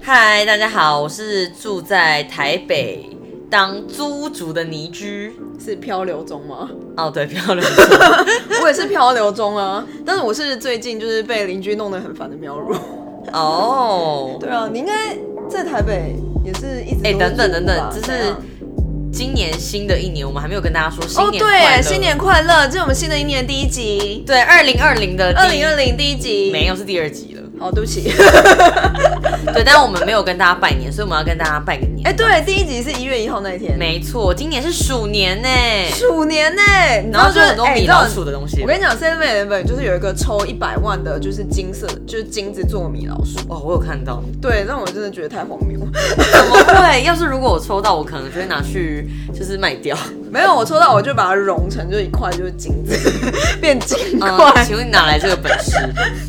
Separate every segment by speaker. Speaker 1: 嗨，大家好，我是住在台北当租主的倪居。
Speaker 2: 是漂流中吗？
Speaker 1: 哦，对，漂亮。
Speaker 2: 我也是漂流中啊，但是我是最近就是被邻居弄得很烦的喵如。
Speaker 1: 哦，
Speaker 2: 对啊，你应该在台北也是一直都是
Speaker 1: 哎等等
Speaker 2: 住
Speaker 1: 等等
Speaker 2: 吧
Speaker 1: 这是
Speaker 2: 对啊
Speaker 1: 今年新的一年，我们还没有跟大家说新
Speaker 2: 哦
Speaker 1: 年快乐。
Speaker 2: 对，新年快乐，这是我们新的一年第一集，
Speaker 1: 对，二零二零的
Speaker 2: 二零二
Speaker 1: 零
Speaker 2: 零第一集。
Speaker 1: 没有是第二集了。
Speaker 2: 好，对不 起。
Speaker 1: 对，但我们没有跟大家拜年，所以我们要跟大家拜个年。
Speaker 2: 哎、对，第一集是一月一号那一天，
Speaker 1: 没错，今年是鼠年呢，
Speaker 2: 鼠年呢、你
Speaker 1: 然
Speaker 2: 知道
Speaker 1: 后
Speaker 2: 就
Speaker 1: 就是很多
Speaker 2: 哎你
Speaker 1: 米
Speaker 2: 知道
Speaker 1: 老鼠的东西。
Speaker 2: 我跟你讲，Seven Eleven 就是有一个抽一百万的，就是金色，就是金子做米老鼠。
Speaker 1: 哦，我有看到。
Speaker 2: 对，让我真的觉得太荒谬。
Speaker 1: 怎么 会？要是如果我抽到，我可能就会拿去就是卖掉。
Speaker 2: 没有，我抽到我就把它融成就一块，就是金 子变哦金块。
Speaker 1: 嗯，请问你哪来这个本事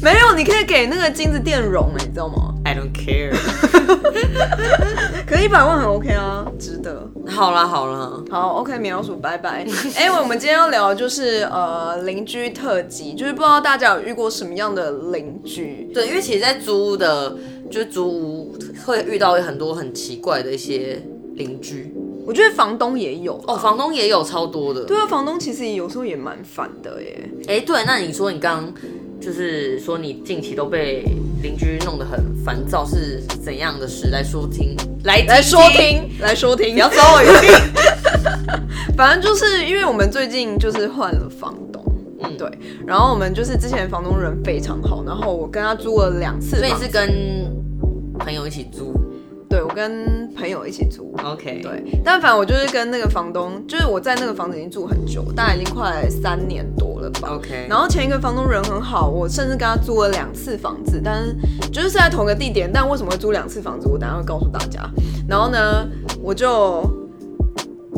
Speaker 2: 没有，你可以给那个金子店融哎、你知道吗？
Speaker 1: ？I don't care。
Speaker 2: 可是一百万很 OK 啊，值得。
Speaker 1: 好啦好啦，
Speaker 2: 好，OK，米老鼠，拜拜。 哎、我们今天要聊的就是呃邻居特辑，就是不知道大家有遇过什么样的邻居。
Speaker 1: 对，因为其实，在租屋的，就是租屋会遇到很多很奇怪的一些邻居
Speaker 2: 我觉得房东也有
Speaker 1: 哦，
Speaker 2: 哦。
Speaker 1: 房东也有超多的。
Speaker 2: 对啊，房东其实有时候也蛮烦的耶。
Speaker 1: 哎、对，那你说你刚刚就是说你近期都被邻居弄得很烦躁，是怎样的事？来说听，来
Speaker 2: 来
Speaker 1: 听
Speaker 2: 说，听，来说听，
Speaker 1: 不要找我有病。
Speaker 2: 反正就是因为我们最近就是换了房东，
Speaker 1: 嗯
Speaker 2: 对，然后我们就是之前房东人非常好，然后我跟他租了两次
Speaker 1: 所以
Speaker 2: 房
Speaker 1: 你，是跟朋友一起租
Speaker 2: 对我跟朋友一起租。
Speaker 1: ，OK？
Speaker 2: 对，但反正我就是跟那个房东，就是我在那个房子已经住很久，大概已经快三年多了吧。
Speaker 1: ，OK。
Speaker 2: 然后前一个房东人很好，我甚至跟他租了两次房子，但是就是在同个地点，但为什么会租两次房子，我等一下会告诉大家。然后呢，我就，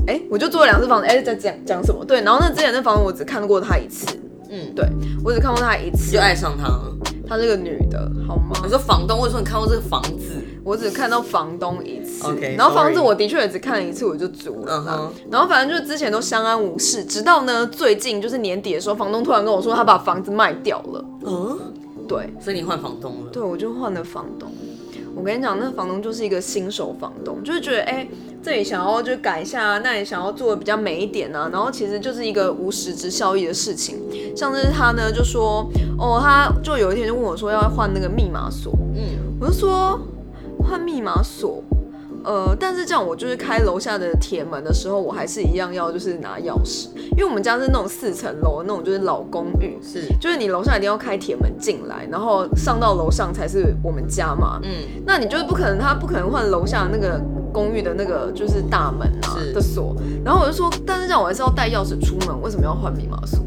Speaker 2: 哎、我就租了两次房子，哎、在讲讲什么？对，然后那之前那房子我只看过他一次，
Speaker 1: 嗯，
Speaker 2: 对我只看过他一
Speaker 1: 你
Speaker 2: 次
Speaker 1: 就，爱上他了。
Speaker 2: 她是个女的，好吗？
Speaker 1: 我说房东，为什么你看过这个房子？
Speaker 2: 我只看到房东一次
Speaker 1: OK，
Speaker 2: 然后房子
Speaker 1: sorry
Speaker 2: 我的确也只看了一次，我就租了啦。
Speaker 1: 嗯哼
Speaker 2: 然后反正就之前都相安无事，直到呢最近就是年底的时候，房东突然跟我说他把房子卖掉了。
Speaker 1: 嗯，
Speaker 2: 对，
Speaker 1: 所以你换房东了。
Speaker 2: 对我就换了房东。我跟你讲，那房东就是一个新手房东，就是觉得哎、这里想要就改一下啊，那里想要做的比较美一点啊，然后其实就是一个无实质效益的事情。像是他呢就说，哦，他就有一天就问我说要换那个密码锁，
Speaker 1: 嗯，
Speaker 2: 我就说换密码锁，呃，但是这样我就是开楼下的铁门的时候，我还是一样要就是拿钥匙，因为我们家是那种四层楼那种就是老公寓，
Speaker 1: 是，
Speaker 2: 就是你楼下一定要开铁门进来，然后上到楼上才是我们家嘛。
Speaker 1: 嗯，
Speaker 2: 那你就是不可能，他不可能换楼下那个公寓的那个就是大门啊
Speaker 1: 是
Speaker 2: 的锁。然后我就说，但是这样我还是要带钥匙出门，为什么要换密码锁？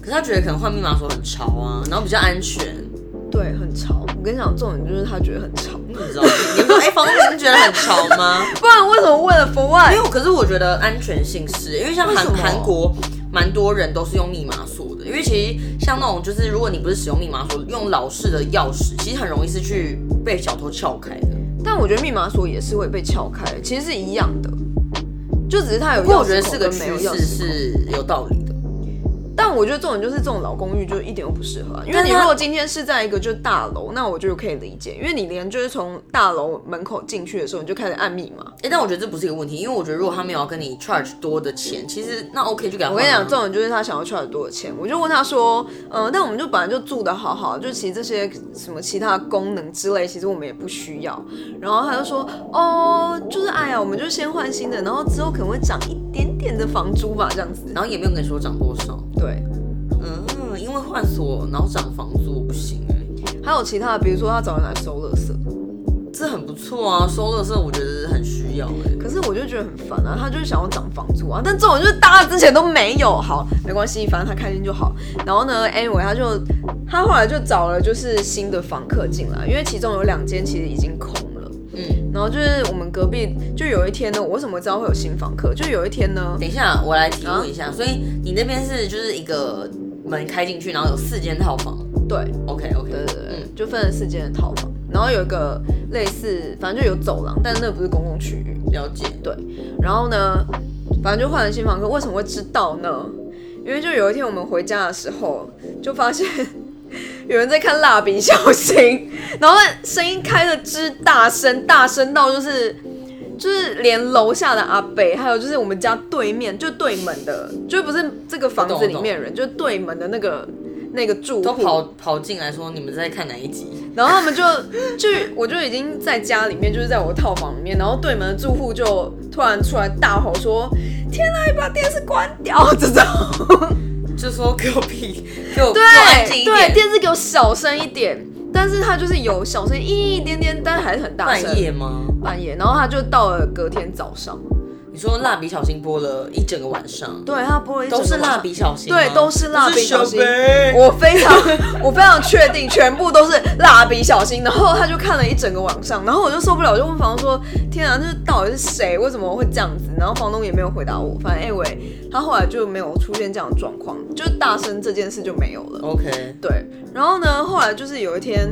Speaker 1: 可是他觉得可能换密码锁很潮啊，然后比较安全。
Speaker 2: 对，很吵。我跟你讲，重点就是他觉得很吵，
Speaker 1: 你知道吗？你 说，哎、房东你们觉得很潮吗？
Speaker 2: 不然为什么为了 for what？
Speaker 1: 因为我可是我觉得安全性是，因为像
Speaker 2: 为
Speaker 1: 韩
Speaker 2: 什么
Speaker 1: 韩国蛮多人都是用密码锁的，因为其实像那种就是如果你不是使用密码锁，用老式的钥匙，其实很容易是去被小偷撬开的。
Speaker 2: 但我觉得密码锁也是会被撬开，其实是一样的，就只是它有
Speaker 1: 不过我
Speaker 2: 钥
Speaker 1: 觉得
Speaker 2: 匙
Speaker 1: 是
Speaker 2: 孔
Speaker 1: 个
Speaker 2: 跟没
Speaker 1: 趋
Speaker 2: 有钥
Speaker 1: 势，
Speaker 2: 匙孔。
Speaker 1: 是有道理的。
Speaker 2: 但我觉得这种就是这种老公寓就一点都不适合啊、因为
Speaker 1: 但
Speaker 2: 你
Speaker 1: 它
Speaker 2: 如果今天是在一个就是大楼，那我就可以理解，因为你连就是从大楼门口进去的时候你就开始按密码。
Speaker 1: 哎、但我觉得这不是一个问题，因为我觉得如果他没有要跟你 charge 多的钱，其实那 OK 就给他
Speaker 2: 我
Speaker 1: 换
Speaker 2: 跟你
Speaker 1: 啊。
Speaker 2: 讲，重点就是他想要 charge 多少钱，我就问他说，嗯、但我们就本来就住的好好，就其实这些什么其他功能之类，其实我们也不需要。然后他就说，哦，就是哎呀，我们就先换新的，然后之后可能会涨一点点的房租吧，这样子。
Speaker 1: 然后也没有跟你说涨多少。
Speaker 2: 对，
Speaker 1: 嗯，因为换锁然后涨房租不行哎、
Speaker 2: 还有其他的，比如说他找人来收垃圾，
Speaker 1: 这很不错啊，收垃圾我觉得很需要哎、
Speaker 2: 可是我就觉得很烦啊，他就是想要涨房租啊，但这种就是大家之前都没有，好，没关系，反正他开心就好。然后呢，anyway，他就他后来就找了就是新的房客进来，因为其中有两间其实已经空了。
Speaker 1: 嗯，
Speaker 2: 然后就是我们隔壁，就有一天呢，我为什么知道会有新房客？就有一天呢，
Speaker 1: 等一下我来提问一下，所以你那边是就是一个门开进去，然后有四间套房。
Speaker 2: 对
Speaker 1: OK OK，
Speaker 2: 对对
Speaker 1: 嗯
Speaker 2: 对，就分了四间的套房，然后有一个类似，反正就有走廊，但是那不是公共区域。
Speaker 1: 嗯，了解。
Speaker 2: 然后呢，反正就换了新房客。为什么会知道呢？因为就有一天我们回家的时候，就发现 有人在看蜡笔小新，然后声音开的之大声，大声到就是就是连楼下的阿北，还有就是我们家对面就对门的，就不是这个房子里面的人，就是对门的那个那个住户
Speaker 1: 都跑跑进来说你们在看哪一集？
Speaker 2: 然后他们就就我就已经在家里面，就是在我套房里面，然后对门的住户就突然出来大吼说：“天啊，你把电视关掉！”哦这 种，
Speaker 1: 就说给我屁， 给我给我安静
Speaker 2: 对
Speaker 1: 一
Speaker 2: 对，
Speaker 1: 点。
Speaker 2: 电视给我小声一点。但是他就是有小声一点点，但还是很大声。
Speaker 1: 半夜吗？
Speaker 2: 半夜，然后他就到了隔天早上，
Speaker 1: 你说蜡笔小新播了一整个晚上，
Speaker 2: 对他播了一整
Speaker 1: 都
Speaker 2: 个
Speaker 1: 是
Speaker 2: 晚上
Speaker 1: 蜡笔小新吗，
Speaker 2: 对，都是蜡笔小新
Speaker 1: 都是小。北
Speaker 2: 我非常， 我非常确定，全部都是蜡笔小新。然后他就看了一整个晚上，然后我就受不了，我就问房东说：“天啊，这到底是谁？为什么会这样子？”然后房东也没有回答我。反正 anyway，他后来就没有出现这样的状况，就是大声这件事就没有了。
Speaker 1: OK，
Speaker 2: 对，然后呢，后来就是有一天，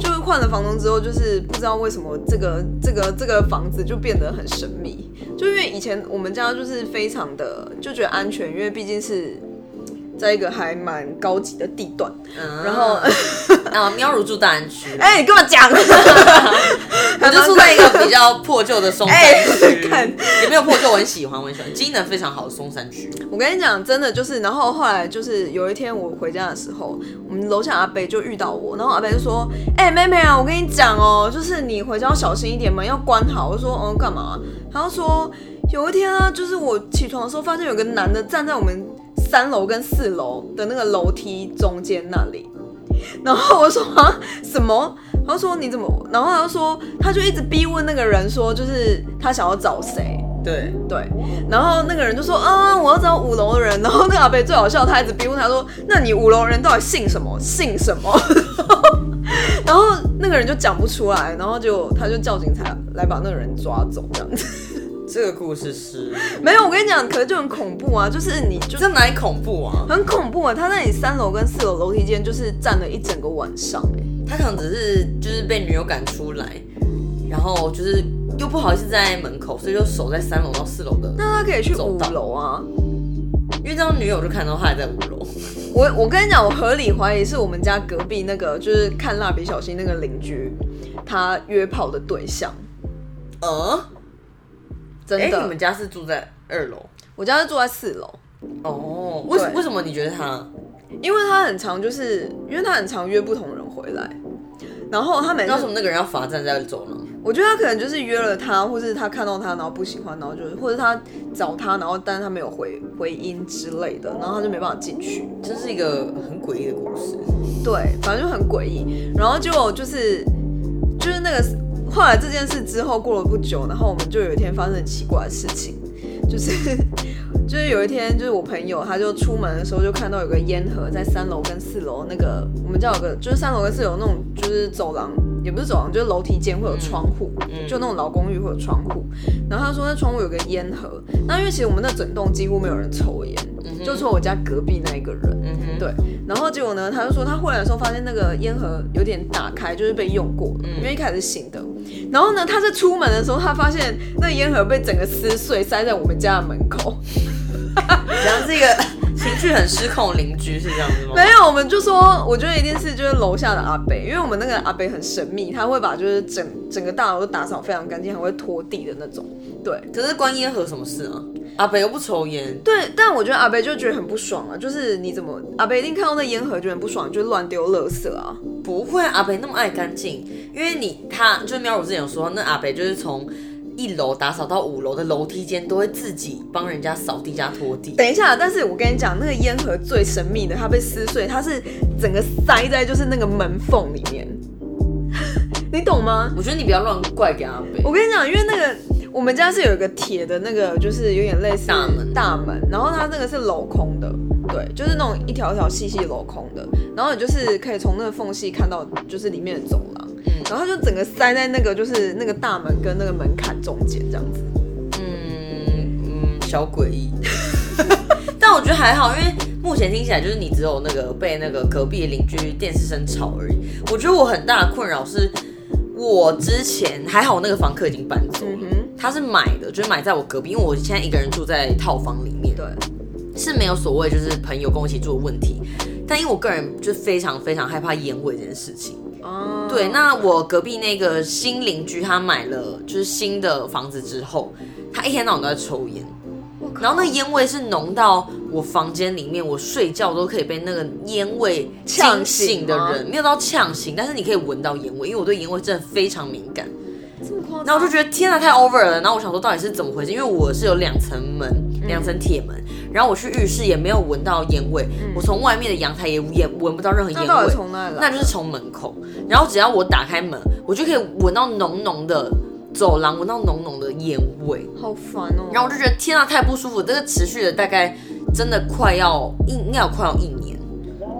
Speaker 2: 就是换了房东之后，就是不知道为什么这个这个这个房子就变得很神秘，就因为以前我们家就是非常的就觉得安全，因为毕竟是在一个还蛮高级的地段。
Speaker 1: 嗯，
Speaker 2: 然后，
Speaker 1: 啊，喵如住大安区，
Speaker 2: 哎、你干嘛讲？
Speaker 1: 我就住在一个比较破旧的松山
Speaker 2: 哎
Speaker 1: 区，
Speaker 2: 看
Speaker 1: 也没有破旧，我很喜欢，我很喜欢，机能非常好的松山区。
Speaker 2: 我跟你讲，真的就是，然后后来就是有一天我回家的时候，我们楼下阿北就遇到我，然后阿北就说：“哎、妹妹啊，我跟你讲哦，就是你回家要小心一点，门要关好。”我说：“哦，干嘛？”他就说：“有一天啊，就是我起床的时候发现有个男的站在我们三楼跟四楼的那个楼梯中间那里。”然后我说啊什么？他说你怎么？然后他就说他就一直逼问那个人说，就是他想要找谁。
Speaker 1: 对，
Speaker 2: 对，然后那个人就说，啊，我要找五楼的人。然后那个阿北最好笑，他一直逼问他说，那你五楼人到底姓什么？姓什么？ 然后那个人就讲不出来，然后就他就叫警察来把那个人抓走，这样子。
Speaker 1: 这个故事是
Speaker 2: 没有，我跟你讲，可是就很恐怖啊，就是你就
Speaker 1: 这哪里恐怖啊？
Speaker 2: 很恐怖啊，他在你三楼跟四楼楼梯间就是站了一整个晚上、欸，
Speaker 1: 他可能只是就是被女友赶出来，然后就是又不好意思站在门口，所以就守在三楼到四楼的，
Speaker 2: 那他可以去
Speaker 1: 走
Speaker 2: 五
Speaker 1: 道
Speaker 2: 楼啊。
Speaker 1: 因为这样女友就看到他还在五楼。
Speaker 2: 我我跟你讲，我合理怀疑是我们家隔壁那个就是看蜡笔小新那个邻居，他约炮的对象，
Speaker 1: 呃，哎、
Speaker 2: 真的。
Speaker 1: 你们家是住在二楼？
Speaker 2: 我家是住在四楼，
Speaker 1: 哦，为什
Speaker 2: 对
Speaker 1: 为什么你觉得他？
Speaker 2: 因为他很常就是因为他很常约不同人回来，然后他每
Speaker 1: 那为什
Speaker 2: 次
Speaker 1: 么那个人要罚站在走廊？
Speaker 2: 我觉得他可能就是约了他，或是他看到他然后不喜欢，然后就是或者他找他，然后但是他没有回回音之类的，然后他就没办法进去。
Speaker 1: 这是一个很诡异的故事。
Speaker 2: 对，反正就很诡异。然后结果就是就是那个后来这件事之后过了不久，然后我们就有一天发生很奇怪的事情，就是 就是有一天就是我朋友他就出门的时候就看到有个烟盒在三楼跟四楼那个我们家有个就是三楼跟四楼那种就是走廊。也不是走廊，就是楼梯间会有窗户，
Speaker 1: 嗯
Speaker 2: 就那种老公寓会有窗户。然后他说那窗户有个烟盒，那因为其实我们那整栋几乎没有人抽烟，
Speaker 1: 嗯哼
Speaker 2: 就除了我家隔壁那一个人。
Speaker 1: 嗯哼，
Speaker 2: 对，然后结果呢，他就说他回来的时候发现那个烟盒有点打开，就是被用过了，因为一开始是新的。然后呢，他在出门的时候，他发现那烟盒被整个撕碎，塞在我们家的门口。
Speaker 1: 这样是一个 情绪很失控的邻居是这样子吗？
Speaker 2: 没有，我们就说，我觉得一定是就是楼下的阿北，因为我们那个阿北很神秘，他会把就是整整个大楼都打扫非常干净，还会拖地的那种。对，
Speaker 1: 可是关烟盒什么事啊？阿北又不抽烟，
Speaker 2: 对，但我觉得阿北就觉得很不爽啊，就是你怎么阿北一定看到那烟盒就很不爽，就乱丢垃圾啊。
Speaker 1: 不会啊阿北那么爱干净，因为你他就是喵，我之前有说那阿北就是从一楼打扫到五楼的楼梯间，都会自己帮人家扫地加拖地。
Speaker 2: 等一下，但是我跟你讲，那个烟盒最神秘的，它被撕碎，它是整个塞在就是那个门缝里面， 你懂吗？
Speaker 1: 我觉得你不要乱怪给阿北
Speaker 2: 我，跟你讲，因为那个我们家是有一个铁的那个，就是有点类似
Speaker 1: 大门
Speaker 2: 大门，然后它那个是镂空的，对，就是那种一条一条细细镂空的，然后你就是可以从那个缝隙看到就是里面的走廊，
Speaker 1: 嗯
Speaker 2: 然后它就整个塞在那个就是那个大门跟那个门槛中间这样子。
Speaker 1: 嗯嗯，小诡 异。但我觉得还好，因为目前听起来就是你只有那个被那个隔壁邻居电视声吵而已。我觉得我很大的困扰是，我之前还好那个房客已经搬走了，
Speaker 2: 嗯
Speaker 1: 他是买的，就是买在我隔壁，因为我现在一个人住在套房里面
Speaker 2: 嗯哼，，对，
Speaker 1: 是没有所谓就是朋友跟我一起住的问题。但因为我个人就非常非常害怕烟味这件事情。
Speaker 2: 哦，
Speaker 1: 对，那我隔壁那个新邻居，他买了就是新的房子之后，他一天到晚都在抽烟，
Speaker 2: 我靠
Speaker 1: 然后那个烟味是浓到我房间里面，我睡觉都可以被那个烟味
Speaker 2: 呛
Speaker 1: 惊
Speaker 2: 醒
Speaker 1: 醒的
Speaker 2: 吗
Speaker 1: 人，没有到呛醒，但是你可以闻到烟味，因为我对烟味真的非常敏感。
Speaker 2: 这么夸张，
Speaker 1: 然后我就觉得天啊，太 over 了。然后我想说到底是怎么回事，因为我是有两层门，
Speaker 2: 嗯
Speaker 1: 两层铁门，然后我去浴室也没有闻到烟味，我从外面的阳台也也闻不到任何烟
Speaker 2: 嗯那到底
Speaker 1: 味，
Speaker 2: 从哪里来？
Speaker 1: 那就是从门口。然后只要我打开门，我就可以闻到浓浓的走廊，闻到浓浓的烟味。
Speaker 2: 好烦哦。
Speaker 1: 然后我就觉得天啊，太不舒服，这个持续了大概真的快要一应该有快要一年。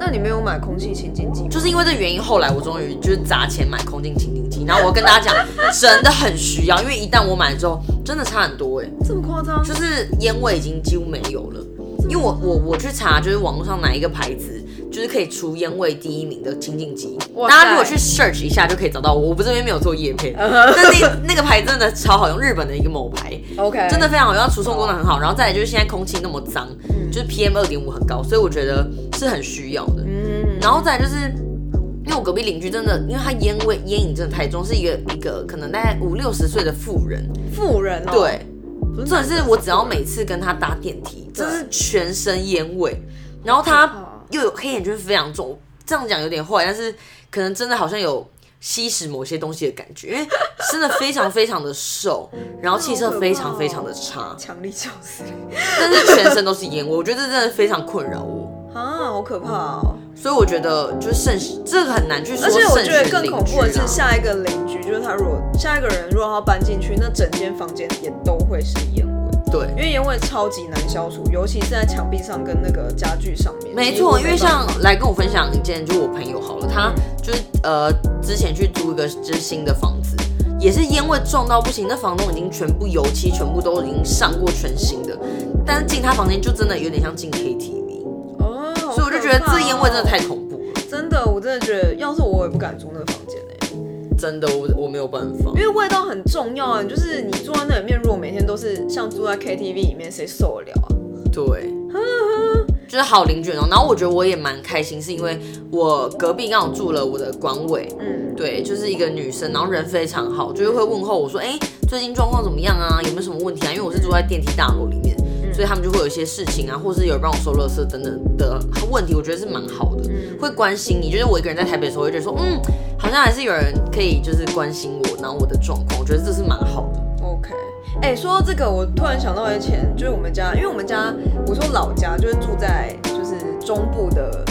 Speaker 2: 那你没有买空气清净机吗？
Speaker 1: 就是因为这原因，后来我终于就是砸钱买空净清净机，然后我跟大家讲，真的很需要，因为一旦我买了之后，真的差很多哎、
Speaker 2: 这么夸张？
Speaker 1: 就是烟味已经几乎没有了。因为我我我去查，就是网络上哪一个牌子就是可以除烟味第一名的清净机，
Speaker 2: 哇塞
Speaker 1: 大家如果去 search 一下就可以找到我。我不这边没有做夜 配，但那那个牌子真的超好用，日本的一个某牌，
Speaker 2: OK，
Speaker 1: 真的非常好用，它除臭功能很
Speaker 2: 嗯
Speaker 1: 好。然后再来就是现在空气那么脏，就是 PM 二点五很高，所以我觉得是很需要的。
Speaker 2: 嗯，
Speaker 1: 然后再来就是，因为我隔壁邻居真的，因为他烟味烟瘾真的太重，是一个一个可能大概五六十岁的妇人。
Speaker 2: 富人哦，
Speaker 1: 对，
Speaker 2: 不
Speaker 1: 重点
Speaker 2: 男的，
Speaker 1: 是我只要每次跟他搭电梯，
Speaker 2: 对
Speaker 1: 真是全身烟味，然后
Speaker 2: 好可怕
Speaker 1: 他
Speaker 2: 哦
Speaker 1: 又有黑眼圈非常重，这样讲有点坏，但是可能真的好像有。吸食某些东西的感觉，因为真的非常非常的瘦，然后气
Speaker 2: 哦
Speaker 1: 色非常非常的差，
Speaker 2: 强力教室
Speaker 1: 但是全身都是烟味，我觉得这真的非常困扰我。
Speaker 2: 啊，好可怕哦！
Speaker 1: 所以我觉得就是慎，这个很难嗯去说。
Speaker 2: 而且我觉得更恐怖
Speaker 1: 啊
Speaker 2: 的是，下一个邻居，就是他如果下一个人如果他搬进去，那整间房间也都会是烟味，
Speaker 1: 对，
Speaker 2: 因为烟味超级难消除，尤其是在墙壁上跟那个家具上面。
Speaker 1: 没
Speaker 2: 几乎
Speaker 1: 错，因
Speaker 2: 办
Speaker 1: 为
Speaker 2: 法
Speaker 1: 像来跟我分享一件，就我朋友好了，
Speaker 2: 嗯
Speaker 1: 他就是呃之前去租一个就是新的房子，也是烟味重到不行，那房东已经全部油漆全部都已经上过全新的，但是进他房间就真的有点像进 KTV，
Speaker 2: 哦，好
Speaker 1: 所以我就觉得
Speaker 2: 可怕
Speaker 1: 这
Speaker 2: 哦
Speaker 1: 烟味真的太恐怖了，
Speaker 2: 真的，我真的觉得要是我，我也不敢住那个房间欸
Speaker 1: 真的我我没有办法
Speaker 2: 因。为味道很重要啊，就是你坐在那里面，如果每天都是像住在 KTV 里面，谁受得了啊？
Speaker 1: 对，
Speaker 2: 嗯
Speaker 1: 就是好邻居哦。然后我觉得我也蛮开心，是因为我隔壁刚好住了我的管委，
Speaker 2: 嗯，
Speaker 1: 对，就是一个女生，然后人非常好，就是会问候我说，哎、最近状况怎么样啊？有没有什么问题啊？因为我是住在电梯大楼里面，
Speaker 2: 嗯
Speaker 1: 所以他们就会有一些事情啊，或是有人帮我收垃圾等等的问题，我觉得是蛮好的，
Speaker 2: 嗯
Speaker 1: 会关心你。就是我一个人在台北的时候，我会觉得说，嗯，好像还是有人可以就是关心我，然后我的状况，我觉得这是蛮好的。
Speaker 2: OK，哎、说到这个，我突然想到以前就是我们家，因为我们家我说老家就是住在就是中部的，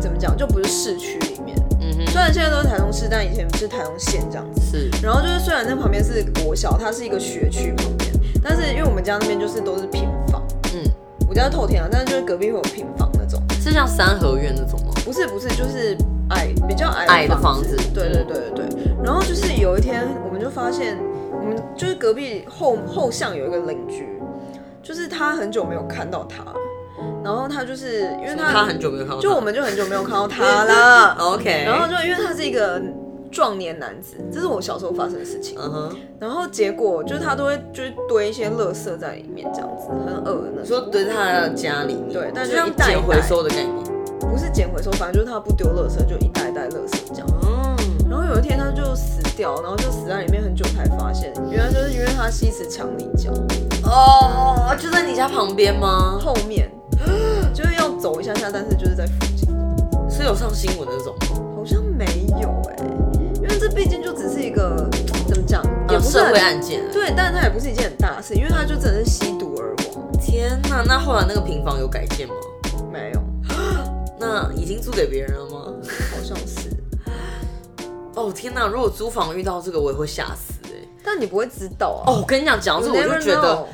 Speaker 2: 怎么讲就不是市区里面。
Speaker 1: 嗯哼，
Speaker 2: 虽然现在都是台中市，但以前是台中县这样子。
Speaker 1: 是，
Speaker 2: 然后就是虽然那旁边是国小，它是一个学区旁边，但是因为我们家那边就是都是平房，
Speaker 1: 嗯，
Speaker 2: 我家是透天啊，但是就是隔壁会有平房那种。
Speaker 1: 是像三合院那种吗？
Speaker 2: 不是不是，就是矮比较矮
Speaker 1: 矮的
Speaker 2: 房
Speaker 1: 房子
Speaker 2: 对对对对对。然后就是有一天，我们就发现，我们就是隔壁后后巷有一个邻居，就是他很久没有看到他了，然后他就是因为他
Speaker 1: 他很久没有看到他，，
Speaker 2: 就我们就很久没有看到他了
Speaker 1: OK，
Speaker 2: 然后就因为他是一个壮年男子，这是我小时候发生的事情。
Speaker 1: 嗯哼，
Speaker 2: 然后结果就是他都会就是堆一些垃圾在里面，这样子很恶的那
Speaker 1: 你
Speaker 2: 种。
Speaker 1: 说对他的家里面，
Speaker 2: 对但是
Speaker 1: 就像
Speaker 2: 一袋一
Speaker 1: 捡
Speaker 2: 袋
Speaker 1: 回收的概念，
Speaker 2: 不是捡回收，反正就是他不丢垃圾，就一袋一袋垃圾这样。
Speaker 1: 嗯。
Speaker 2: 然后有一天他就死掉，然后就死在里面很久才发现，原来就是因为他吸食强力胶，
Speaker 1: 哦，就在你家旁边吗？
Speaker 2: 后面 就是要走一下下，但是就是在附近，
Speaker 1: 是有上新闻那种吗？
Speaker 2: 好像没有哎、因为这毕竟就只是一个怎么讲，也
Speaker 1: 呃，
Speaker 2: 不是啊
Speaker 1: 社
Speaker 2: 很、
Speaker 1: 会案件。
Speaker 2: 对，但是它也不是一件很大的事，因为他就真的是吸毒而亡，
Speaker 1: 天哪，那后来那个平房有改建吗？
Speaker 2: 没有，
Speaker 1: 那已经租给别人了吗？
Speaker 2: 好像是，
Speaker 1: 哦天哪，如果租房遇到这个，我也会吓死哎、
Speaker 2: 但你不会知道啊。
Speaker 1: 哦，我跟你讲，讲到
Speaker 2: You
Speaker 1: 这个我
Speaker 2: never
Speaker 1: 就觉得
Speaker 2: know，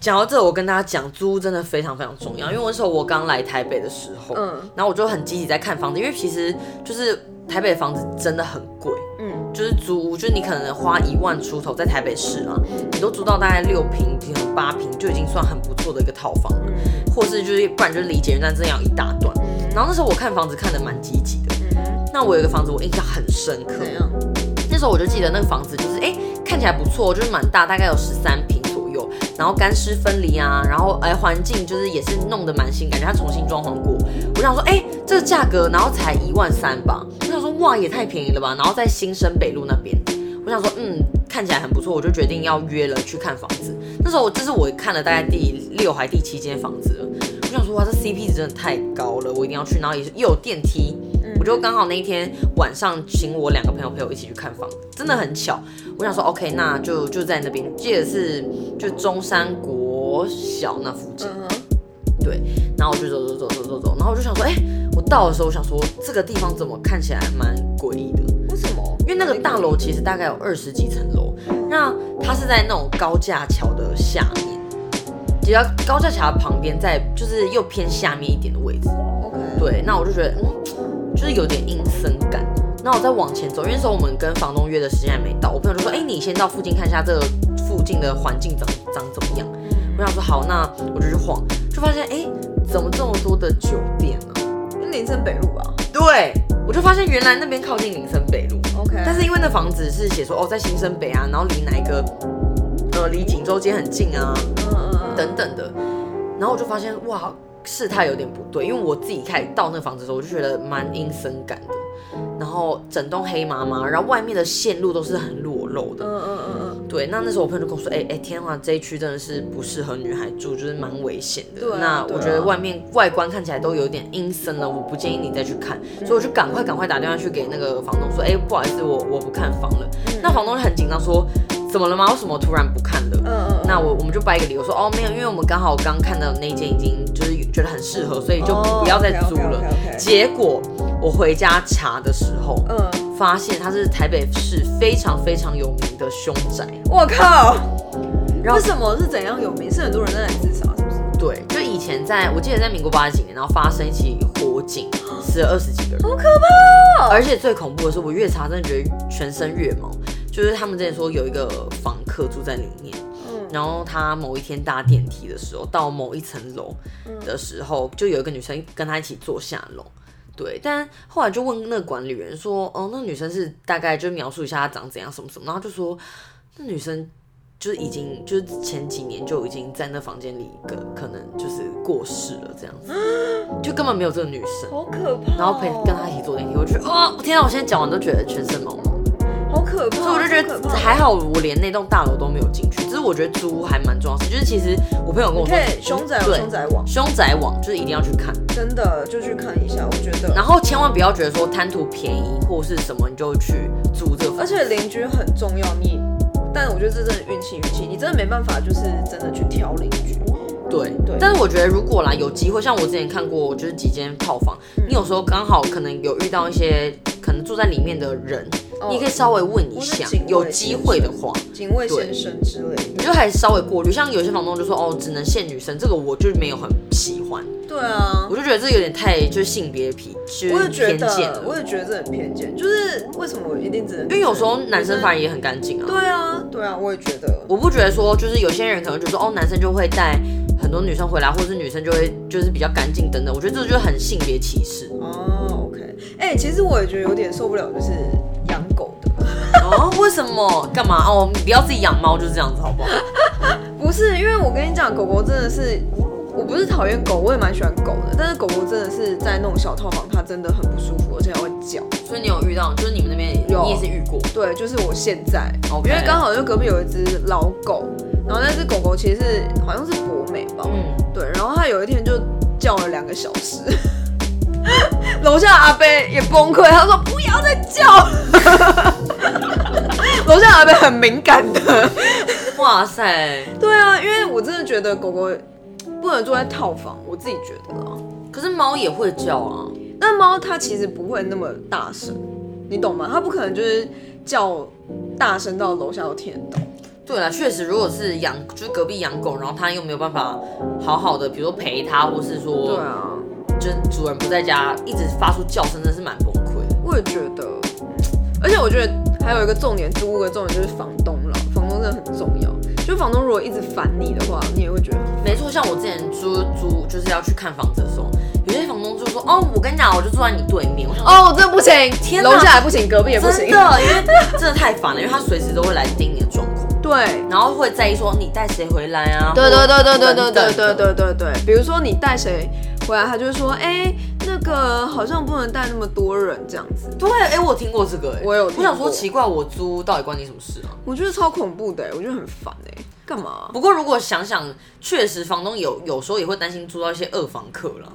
Speaker 1: 讲到这，我跟大家讲，租屋真的非常非常重要。因为那时候我刚来台北的时候，
Speaker 2: 嗯
Speaker 1: 然后我就很积极在看房子，因为其实就是台北房子真的很贵，
Speaker 2: 嗯，
Speaker 1: 就是租屋，就是你可能花一万出头在台北市啊，你都租到大概六平、平八平就已经算很不错的一个套房了，
Speaker 2: 嗯
Speaker 1: 或是就是不然就是离捷运站真的要一大段。然后那时候我看房子看得蛮积极的，那我有一个房子我印象很深刻，
Speaker 2: 嗯怎样？
Speaker 1: 那时候我就记得那个房子就是哎、诶看起来不错，就是蛮大，大概有十三平左右，呃然后干湿分离啊，然后哎环境就是也是弄得蛮新，感觉它重新装潢过。我我想说，哎、这个价格，然后才一万三吧，我想说，哇，也太便宜了吧。然后在新生北路那边，我想说，嗯，看起来很不错，我就决定要约了去看房子。那时候我这是我看了大概第六还第七间房子了，我想说，哇，这 CP 值真的太高了，我一定要去。然后也是又有电梯，我就刚好那一天晚上请我两个朋友陪我一起去看房，真的很巧。我想说，OK，那就就在那边，记得是就中山国小那附近。
Speaker 2: 嗯哼，
Speaker 1: 对，然后我就走走走走走走，然后我就想说，哎、我到的时候，我想说这个地方怎么看起来蛮诡异的？
Speaker 2: 为什么？
Speaker 1: 因为那个大楼其实大概有二十几层楼，那它是在那种高架桥的下面，只要高架桥旁边，在就是又偏下面一点的位置。
Speaker 2: OK，
Speaker 1: 对，那我就觉得，嗯，就是有点阴森感。那我再往前走，因为那时候我们跟房东约的时间还没到，我朋友就说，哎、你先到附近看一下这个附近的环境长长怎么样。我想说好，那我就去晃，就发现哎、诶怎么这么多的酒店呢、
Speaker 2: 因为林森北路
Speaker 1: 啊
Speaker 2: 吧
Speaker 1: 对，我就发现原来那边靠近林森北路，
Speaker 2: ，OK，
Speaker 1: 但是因为那房子是写说哦在新生北啊，然后离哪一个呃离锦州街很近啊
Speaker 2: 嗯嗯嗯，
Speaker 1: 等等的，然后我就发现哇事态有点不对，因为我自己开始到那房子的时候，我就觉得蛮阴森感的。然后整栋黑麻麻，然后外面的线路都是很裸露的，
Speaker 2: 嗯嗯嗯嗯，
Speaker 1: 对，那那时候我朋友就跟我说，哎、哎、天啊，这一区真的是不适合女孩住，就是蛮危险的。
Speaker 2: 对啊
Speaker 1: 那
Speaker 2: 对
Speaker 1: 我
Speaker 2: 啊
Speaker 1: 觉得外面外观看起来都有点阴森了，我不建议你再去看，所以我就赶快赶快打电话去给那个房东说，哎、不好意思，我我不看房了。
Speaker 2: 嗯
Speaker 1: 那房东就很紧张说，怎么了吗？为什么突然不看了？
Speaker 2: 嗯嗯嗯
Speaker 1: 那我我们就掰一个理由说，哦，没有，因为我们刚好刚看到那一间已经就是觉得很适合，所以就
Speaker 2: 哦嗯
Speaker 1: 不要再租
Speaker 2: OK，OK，OK，OK
Speaker 1: 了。结果我回家查的时候，
Speaker 2: 嗯，
Speaker 1: 发现它是台北市非常非常有名的凶宅。
Speaker 2: 我靠，
Speaker 1: 然后
Speaker 2: 为什么是怎样有名？是很多人在那里自杀，是不是
Speaker 1: 对，就以前在我记得在民国八十几年，然后发生一起火警，死了二十几个人，好可怕、而且最恐怖的是，我越查真的觉得全身越毛。就是他们之前说有一个房客住在里面，
Speaker 2: 嗯
Speaker 1: 然后他某一天搭电梯的时候，到某一层楼的时候，就有一个女生跟他一起坐下楼。对，但后来就问那个管理员说，哦，那女生是大概就描述一下她长怎样什么什么，然后就说那女生就是已经就是前几年就已经在那房间里一个可能就是过世了这样子，就根本没有这个女生，
Speaker 2: 好可怕哦，
Speaker 1: 然后陪跟她一起坐电梯，我就觉得哦，天啊，我现在讲完都觉得全身毛毛。
Speaker 2: 好可怕，
Speaker 1: 所以我就觉
Speaker 2: 好可
Speaker 1: 得
Speaker 2: 怕
Speaker 1: 还好，我连那栋大楼都没有进去。只是我觉得租屋还蛮重要的事，就是其实我朋友跟我
Speaker 2: 你
Speaker 1: 说
Speaker 2: 可，以凶宅有
Speaker 1: 对
Speaker 2: 凶宅网，
Speaker 1: 凶宅网就是一定要去看，
Speaker 2: 真的就去看一下，我觉得。
Speaker 1: 然后千万不要觉得说贪图便宜或是什么你就去租这个
Speaker 2: 而
Speaker 1: 房子，
Speaker 2: 且邻居很重要，你，但我觉得这真的运气运气，你真的没办法，就是真的去挑邻居。
Speaker 1: 对
Speaker 2: 对
Speaker 1: 但是我觉得如果啦有机会，像我之前看过就是几间套房，
Speaker 2: 嗯
Speaker 1: 你有时候刚好可能有遇到一些可能住在里面的人，你可以稍微问一
Speaker 2: 哦或是
Speaker 1: 下
Speaker 2: 警，卫
Speaker 1: 有机会的话。
Speaker 2: 哦警卫先生之类的。
Speaker 1: 你就还稍微过滤，像有些房东就说哦，只能限女生，这个我就没有很喜欢。
Speaker 2: 对啊，
Speaker 1: 我就觉得这有点太就是性别皮，就
Speaker 2: 我
Speaker 1: 是
Speaker 2: 也觉
Speaker 1: 偏见
Speaker 2: 得，我
Speaker 1: 了。
Speaker 2: 也觉得这很偏见，就是为什么我一定只能
Speaker 1: 因为有时候男生反而也很干净啊。
Speaker 2: 对啊，对啊，我也觉得。
Speaker 1: 我不觉得说就是有些人可能就说哦，男生就会带很多女生回来，或是女生就会就是比较干净等等。我觉得这就是很性别歧视
Speaker 2: 哦，OK，哎、其实我也觉得有点受不了，就是养狗的。
Speaker 1: 哦。为什么？干嘛？哦，你不要自己养猫就是这样子，好不好？
Speaker 2: 不是，因为我跟你讲，狗狗真的是，我不是讨厌狗，我也蛮喜欢狗的，但是狗狗真的是在那种小套房，它真的很不舒服，而且还会叫。
Speaker 1: 所以你有遇到，就是你们那边
Speaker 2: 有
Speaker 1: 你也是遇过
Speaker 2: 对，就是我现在
Speaker 1: OK
Speaker 2: 因为刚好就隔壁有一只老狗，然后那只狗狗其实是好像是博美吧，
Speaker 1: 嗯。
Speaker 2: 对，然后它有一天就叫了两个小时， 楼下阿伯也崩溃，他说不要再叫了， 楼下阿伯很敏感的，
Speaker 1: 哇塞！
Speaker 2: 对啊，因为我真的觉得狗狗不能住在套房，我自己觉得啊，
Speaker 1: 可是猫也会叫啊。
Speaker 2: 那猫它其实不会那么大声，你懂吗？它不可能就是叫大声到楼下都听得到。
Speaker 1: 对啦，确实，如果是养，就是隔壁养狗，然后他又没有办法好好的，比如说陪它，或是说，
Speaker 2: 对啊，
Speaker 1: 就是主人不在家，一直发出叫声，真的是蛮崩溃的。
Speaker 2: 我也觉得，而且我觉得还有一个重点，租屋的重点就是房东了，房东真的很重要。就房东如果一直烦你的话，你也会觉得
Speaker 1: 没错，像我之前租租就是要去看房子的时候，有些房东就说：“哦，我跟你讲，我就住在你对面。”我想说，
Speaker 2: 哦，这不行，
Speaker 1: 天哪
Speaker 2: 楼下也不行，隔壁也不
Speaker 1: 真
Speaker 2: 行。
Speaker 1: 的，因为真的太烦了，因为他随时都会来盯你的状况，
Speaker 2: 对。
Speaker 1: 然后会在意说你带谁回来啊？
Speaker 2: 对对对对对对
Speaker 1: 等等
Speaker 2: 对对对对对，比如说你带谁回来，他就会说，哎、那个好像不能带那么多人这样子，
Speaker 1: 对，哎、我听过这个、哎，
Speaker 2: 我有听
Speaker 1: 我想说
Speaker 2: 过
Speaker 1: 奇怪，我租到底关你什么事啊？
Speaker 2: 我觉得超恐怖的、欸，我觉得很烦哎、干嘛啊、
Speaker 1: 不过如果想想，确实房东有有时候也会担心租到一些二房客啦。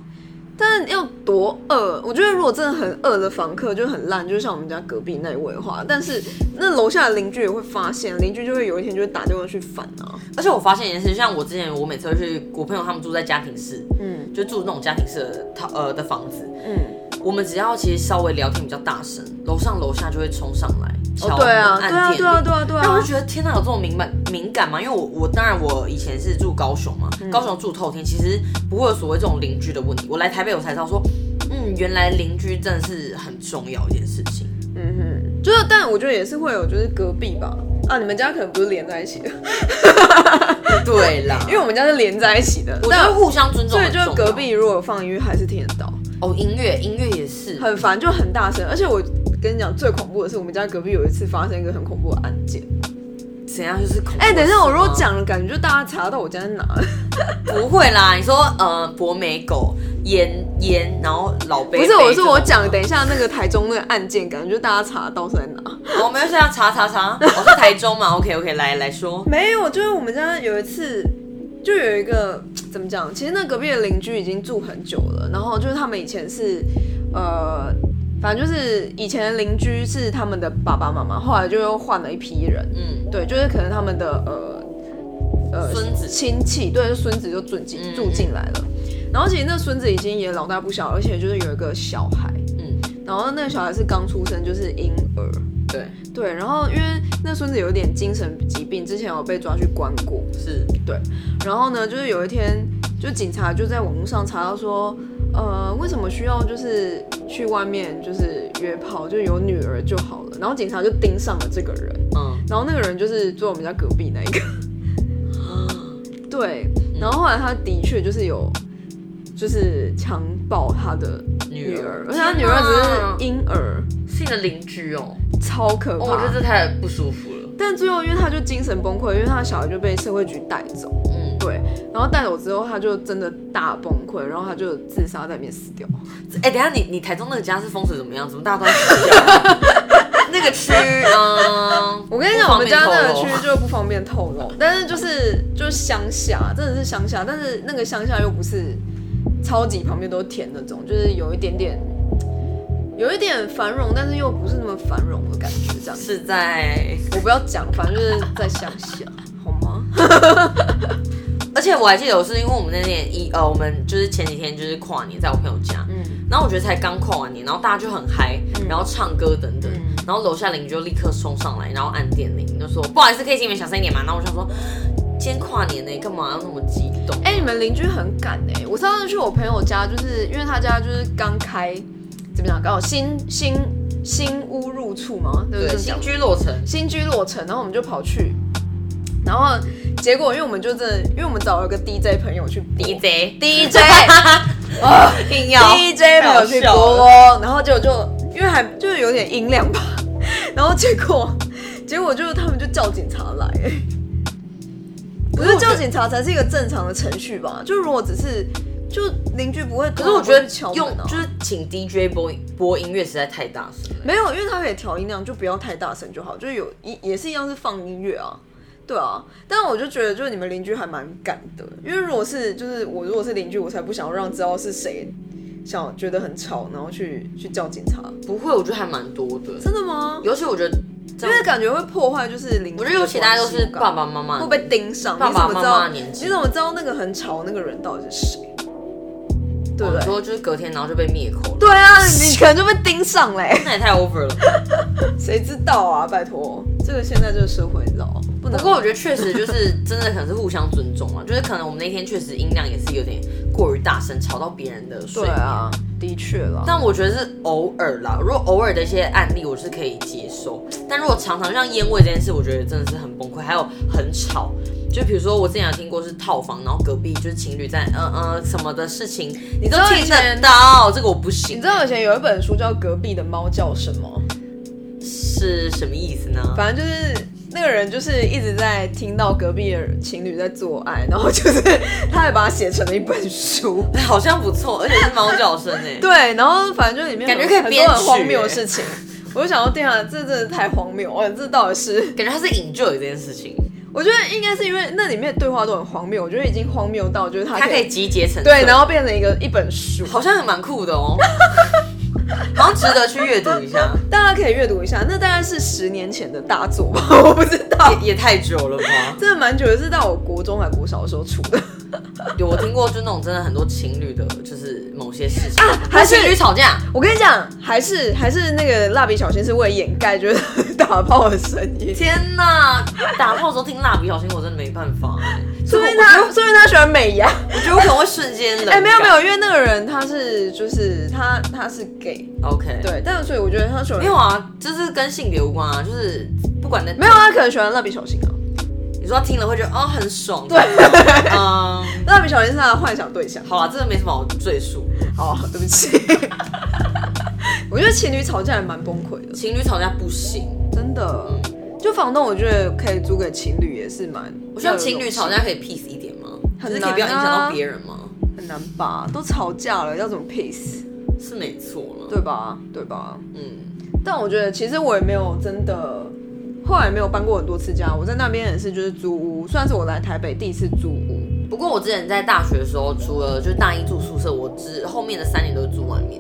Speaker 2: 但要多饿？我觉得如果真的很饿的房客就很烂，就像我们家隔壁那一位的话，但是那楼下的邻居也会发现，邻居就会有一天就会打电话去烦啊。
Speaker 1: 而且我发现一件事，像我之前，我每次会去我朋友他们住在家庭式，
Speaker 2: 嗯
Speaker 1: 就住那种家庭式的套呃的房子，
Speaker 2: 嗯，
Speaker 1: 我们只要其实稍微聊天比较大声，楼上楼下就会冲上来敲
Speaker 2: 哦
Speaker 1: 门、
Speaker 2: 对啊，对啊，
Speaker 1: 按
Speaker 2: 对啊，
Speaker 1: 电
Speaker 2: 对
Speaker 1: 铃。
Speaker 2: 啊，对
Speaker 1: 那我
Speaker 2: 啊
Speaker 1: 就，觉得天哪，有这种敏感敏感吗？因为我我当然我以前是住高雄嘛，
Speaker 2: 嗯
Speaker 1: 高雄住透天，其实不会有所谓这种邻居的问题。我来台北我才知道说，嗯，原来邻居真的是很重要一件事 情。
Speaker 2: 嗯哼，就是但我觉得也是会有，就是隔壁吧。啊，你们家可能不是连在一起 的，
Speaker 1: 对啦，
Speaker 2: 因为我们家是连在一起的。
Speaker 1: 我觉
Speaker 2: 但
Speaker 1: 得互相尊重
Speaker 2: 所以
Speaker 1: 很重
Speaker 2: 就
Speaker 1: 要。
Speaker 2: 是隔壁如果有放音乐还是听得到，
Speaker 1: 哦，音乐音乐也是，
Speaker 2: 很烦，就很大声。而且我跟你讲，最恐怖的是我们家隔壁有一次发生一个很恐怖的案件。
Speaker 1: 怎样就是恐怖
Speaker 2: 哎、等一下，我如果
Speaker 1: 是吗
Speaker 2: 讲了，感觉就大家查到我家在哪。
Speaker 1: 不会啦，你说呃，博美狗、盐盐，然后老贝贝
Speaker 2: 不是，
Speaker 1: 这种吗，
Speaker 2: 我是我讲，等一下那个台中那个案件，感觉就大家查到是在哪。
Speaker 1: 哦，没有事啊，查查 查，我是台中嘛，OK OK，来来说，
Speaker 2: 没有，就是我们家有一次，就有一个怎么讲？其实那隔壁的邻居已经住很久了，然后就是他们以前是，呃，反正就是以前的邻居是他们的爸爸妈妈，后来就又换了一批人，
Speaker 1: 嗯，
Speaker 2: 对，就是可能他们的呃呃
Speaker 1: 孙子
Speaker 2: 亲戚，对，就孙子就住进
Speaker 1: 嗯嗯
Speaker 2: 住进来了。然后其实那孙子已经也老大不小，而且就是有一个小孩，
Speaker 1: 嗯，
Speaker 2: 然后那个小孩是刚出生，就是婴儿，
Speaker 1: 对，
Speaker 2: 对。然后因为那孙子有点精神疾病，之前有被抓去关过，
Speaker 1: 是，
Speaker 2: 然后呢，就是有一天，就警察就在网络上查到说，呃，为什么需要就是去外面就是约炮，就有女儿就好了。然后警察就盯上了这个人，
Speaker 1: 嗯，
Speaker 2: 然后那个人就是坐我们家隔壁那一个，对。
Speaker 1: 嗯
Speaker 2: 然后后来他的确就是有，就是强暴他的女
Speaker 1: 女
Speaker 2: 儿
Speaker 1: 儿，，
Speaker 2: 而且他女儿只是婴儿，
Speaker 1: 是你的邻居哦，
Speaker 2: 超可
Speaker 1: 哦，
Speaker 2: 怕。
Speaker 1: 我觉得这太不舒服了，
Speaker 2: 但最后因为他就精神崩溃，因为他小孩就被社会局带走。
Speaker 1: 嗯，
Speaker 2: 对，然后带走之后，他就真的大崩溃，然后他就自杀在里面死掉。
Speaker 1: 哎，等一下你你台中那个家是风水怎么样？怎么大家都在睡 觉？那个区，嗯，
Speaker 2: 我跟你
Speaker 1: 不
Speaker 2: 讲，我
Speaker 1: 方
Speaker 2: 们
Speaker 1: 便
Speaker 2: 家那个哦
Speaker 1: 透露
Speaker 2: 区就不方便透露，但是就是就是乡下，真的是乡下，但是那个乡下又不是超级旁边都是田那种，就是有一点点有一点繁荣，但是又不是那么繁荣的感觉，这样。
Speaker 1: 是在
Speaker 2: 我不要讲，反正就是在乡下，好吗？
Speaker 1: 而且我还记得，我是因为我们那天一呃，我们就是前几天就是跨年，在我朋友家，
Speaker 2: 嗯，
Speaker 1: 然后我觉得才刚跨完年，然后大家就很嗨，然后唱歌等等，
Speaker 2: 嗯
Speaker 1: 然后楼下邻居就立刻冲上来，然后按电铃，就说不好意思，可以请你们小声一点吗？然后我想说，今天跨年呢、干嘛要那么激动？
Speaker 2: 哎、你们邻居很赶哎、我上次去我朋友家，就是因为他家就是刚开，怎么讲？刚好新新新屋入住嘛，对不
Speaker 1: 对，
Speaker 2: 对？
Speaker 1: 新居落成，
Speaker 2: 新居落成，然后我们就跑去，然后结果因为我们就真的，因为我们找了个 DJ 朋友去 播
Speaker 1: DJ
Speaker 2: DJ
Speaker 1: 啊，硬要
Speaker 2: DJ 朋友去
Speaker 1: 太好笑
Speaker 2: 播
Speaker 1: 了，
Speaker 2: 然后结果就因为还就是有点音量吧， 然后结果结果就他们就叫警察来、欸我觉得叫警察才是一个正常的程序吧，就如果只是就邻居不会，
Speaker 1: 可是我觉得
Speaker 2: 敲门
Speaker 1: 用
Speaker 2: 啊，
Speaker 1: 就是请 DJ 播播音乐实在太大声了。
Speaker 2: 没有，因为它可以调音量，就不要太大声就好，就是有一也是一样是放音乐啊，对啊。但我就觉得，就是你们邻居还蛮敢的，因为如果是就是我如果是邻居，我才不想要让知道是谁，想觉得很吵，然后去去叫警察。
Speaker 1: 不会，我觉得还蛮多的，
Speaker 2: 真的吗？
Speaker 1: 尤其我觉得这
Speaker 2: 因为
Speaker 1: 样，
Speaker 2: 感觉会破坏就是邻居的关
Speaker 1: 我觉
Speaker 2: 系感，
Speaker 1: 得尤其大家都是爸爸妈妈
Speaker 2: 会，被盯上，
Speaker 1: 爸爸妈妈
Speaker 2: 你怎么知道
Speaker 1: 的年纪
Speaker 2: 你怎么知道那个很吵那个人到底是谁？对不
Speaker 1: 然
Speaker 2: 对？
Speaker 1: 后就是隔天然后就被灭口了，
Speaker 2: 对啊，你可能就被盯上嘞、
Speaker 1: 那也太 over 了。
Speaker 2: 谁知道啊？拜托，这个现在这个社会，你知道吗不能。
Speaker 1: 不过我觉得确实就是真的可能是互相尊重啊，就是可能我们那天确实音量也是有点过于大声，吵到别人的睡
Speaker 2: 对
Speaker 1: 眠。
Speaker 2: 啊，的确啦。
Speaker 1: 但我觉得是偶尔啦，如果偶尔的一些案例我是可以接受，但如果常常像烟味这件事，我觉得真的是很崩溃，还有很吵。就比如说我之前有听过是套房，然后隔壁就是情侣在嗯嗯什么的事情，你都
Speaker 2: 知道以
Speaker 1: 听得
Speaker 2: 前
Speaker 1: 到，这个我不行。
Speaker 2: 你知道以前有一本书叫《隔壁的猫叫什么
Speaker 1: 是什么意思呢》，？
Speaker 2: 反正就是那个人就是一直在听到隔壁的情侣在做爱，然后就是他还把它写成了一本书。
Speaker 1: 哎好像不错，而且是猫叫声哎。
Speaker 2: 对，然后反正就里面
Speaker 1: 感觉
Speaker 2: 很
Speaker 1: 可以
Speaker 2: 很
Speaker 1: 编
Speaker 2: 多很
Speaker 1: 曲
Speaker 2: 荒谬
Speaker 1: 欸
Speaker 2: 的事情。我就想说，天啊，这真的太荒谬了！这到底是……
Speaker 1: 感觉他是 enjoy 这件事情，
Speaker 2: 我觉得应该是因为那里面的对话都很荒谬，我觉得已经荒谬到就是他
Speaker 1: 他可以集结成
Speaker 2: 啊对，
Speaker 1: 册
Speaker 2: 然后变成一个一本书，
Speaker 1: 好像还蛮酷的哦， 好像值得去阅读一下，
Speaker 2: 大家可以阅读一下。那大概是十年前的大作吧， 我不知道，
Speaker 1: 也也太久了吧？
Speaker 2: 真的蛮久的，是到我国中还国小的时候出的。
Speaker 1: 有我听过，就那种真的很多情侣的，就是某些事情，
Speaker 2: 啊还是
Speaker 1: 情侣吵架，
Speaker 2: 我跟你讲，还是还是那个蜡笔小新是为了掩盖就是打炮的声音，
Speaker 1: 天哪！打炮的时候听蜡笔小新，我真的没办法哎、
Speaker 2: 说明他说明他喜欢 美牙。
Speaker 1: 我觉得我可能会瞬间冷。
Speaker 2: 啊哎、没有没有，因为那个人他是就是他他是 gay，
Speaker 1: ，OK，
Speaker 2: 对，但是所以我觉得他喜欢
Speaker 1: 没有啊，就是跟性别无关啊，就是不管那
Speaker 2: 没有，他可能喜欢蜡笔小新啊，
Speaker 1: 你说听了会觉得哦很爽，
Speaker 2: 对，
Speaker 1: 嗯，
Speaker 2: 蜡笔小新是他的幻想对象。
Speaker 1: 好啦，这个没什么 好赘述。
Speaker 2: 哦，对不起， 我觉得情侣吵架也蛮崩溃的，
Speaker 1: 情侣吵架不行，
Speaker 2: 真的。就房东，我觉得可以租给情侣也是蛮，
Speaker 1: 我希望情侣吵架可以 peace 一点吗？
Speaker 2: 很
Speaker 1: 就是可以不要影响
Speaker 2: 难
Speaker 1: 到
Speaker 2: 啊
Speaker 1: 别人吗？
Speaker 2: 很难吧？都吵架了，要怎么 peace？
Speaker 1: 是没错了，
Speaker 2: 对吧？对吧？
Speaker 1: 嗯，
Speaker 2: 但我觉得其实我也没有真的，后来没有搬过很多次家。我在那边也是就是租屋，虽然是我来台北第一次租屋，
Speaker 1: 不过我之前在大学的时候，除了就是大一住宿舍，我之后面的三年都是住外面，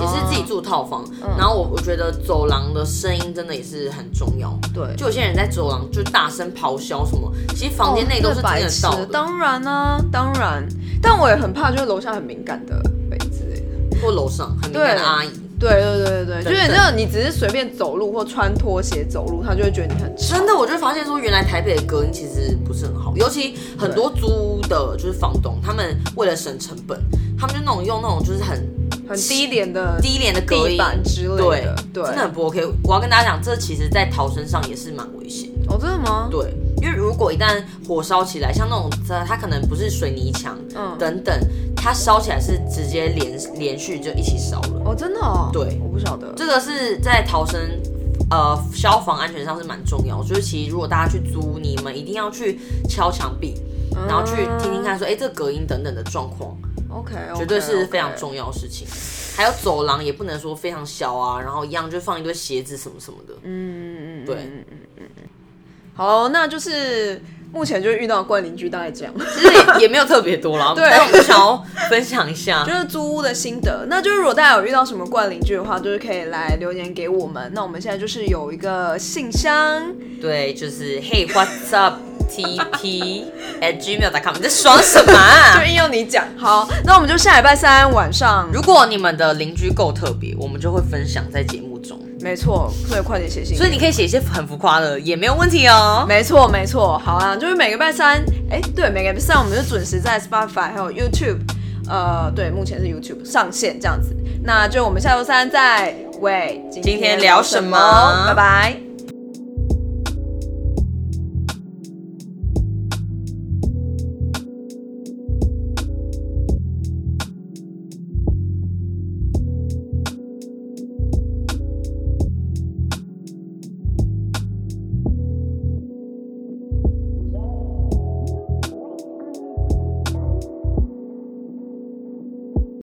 Speaker 1: 也是自己住套
Speaker 2: 哦
Speaker 1: 房。
Speaker 2: 嗯
Speaker 1: 然后我我觉得走廊的声音真的也是很重要，
Speaker 2: 对，
Speaker 1: 就有些人在走廊就大声咆哮什么，其实房间内都是听
Speaker 2: 白
Speaker 1: 得
Speaker 2: 痴
Speaker 1: 到，的，
Speaker 2: 当然啊，当然。但我也很怕，就是楼下很敏感的北之类的。
Speaker 1: 或楼上很敏感的
Speaker 2: 对
Speaker 1: 阿姨，
Speaker 2: 对对对对
Speaker 1: 等
Speaker 2: 对，就是那种你只是随便走路或穿拖鞋走路，他就会觉得你很吵
Speaker 1: 真。的，我就发现说，原来台北的隔音其实不是很好，尤其很多租屋的，就是房东，他们为了省成本，他们就那种用那种就是很
Speaker 2: 很低廉的
Speaker 1: 低廉的隔
Speaker 2: 地
Speaker 1: 音
Speaker 2: 板之类
Speaker 1: 对
Speaker 2: 的，对，
Speaker 1: 真的很不 OK。我要跟大家讲，这其实在逃生上也是蛮危险的，
Speaker 2: 哦，真的吗？
Speaker 1: 对，因为如果一旦火烧起来，像那种呃它它可能不是水泥墙、
Speaker 2: 嗯
Speaker 1: 等等，它烧起来是直接连连续就一起烧了，
Speaker 2: 哦，真的哦，
Speaker 1: 对
Speaker 2: 我不晓得。
Speaker 1: 这个是在逃生。呃，消防安全上是蛮重要，就是其实如果大家去租，你们一定要去敲墙壁，
Speaker 2: 嗯
Speaker 1: 然后去听听看说，哎、这隔音等等的状况，
Speaker 2: ，OK，
Speaker 1: 绝对是非常。重要的事情。还有走廊也不能说非常小啊，然后一样就放一堆鞋子什么什么的。
Speaker 2: 嗯嗯，嗯
Speaker 1: 对
Speaker 2: 嗯嗯嗯嗯。好，那就是目前就遇到的怪邻居大概这样，
Speaker 1: 其实也也没有特别多啦，
Speaker 2: 对
Speaker 1: 但我们想要分享一下
Speaker 2: 就。是租屋的心得。那就是如果大家有遇到什么怪邻居的话，就是可以来留言给我们。那我们现在就是有一个信箱，
Speaker 1: 对，就是 Hey what's up TP at gmail.com，你在爽什么、啊
Speaker 2: 就？硬要你讲。好，那我们就下礼拜三晚上，
Speaker 1: 如果你们的邻居够特别，我们就会分享在节目中，
Speaker 2: 没错，所以快点写信。
Speaker 1: 所以你可以写一些很浮夸的，也没有问题哦。
Speaker 2: 没错，没错，好啊，就是每个礼拜三，哎、对，每个礼拜三我们就准时在 Spotify 还有 YouTube，呃，对，目前是 YouTube 上线这样子。那就我们下周三再喂，
Speaker 1: 今天聊什么
Speaker 2: 拜拜。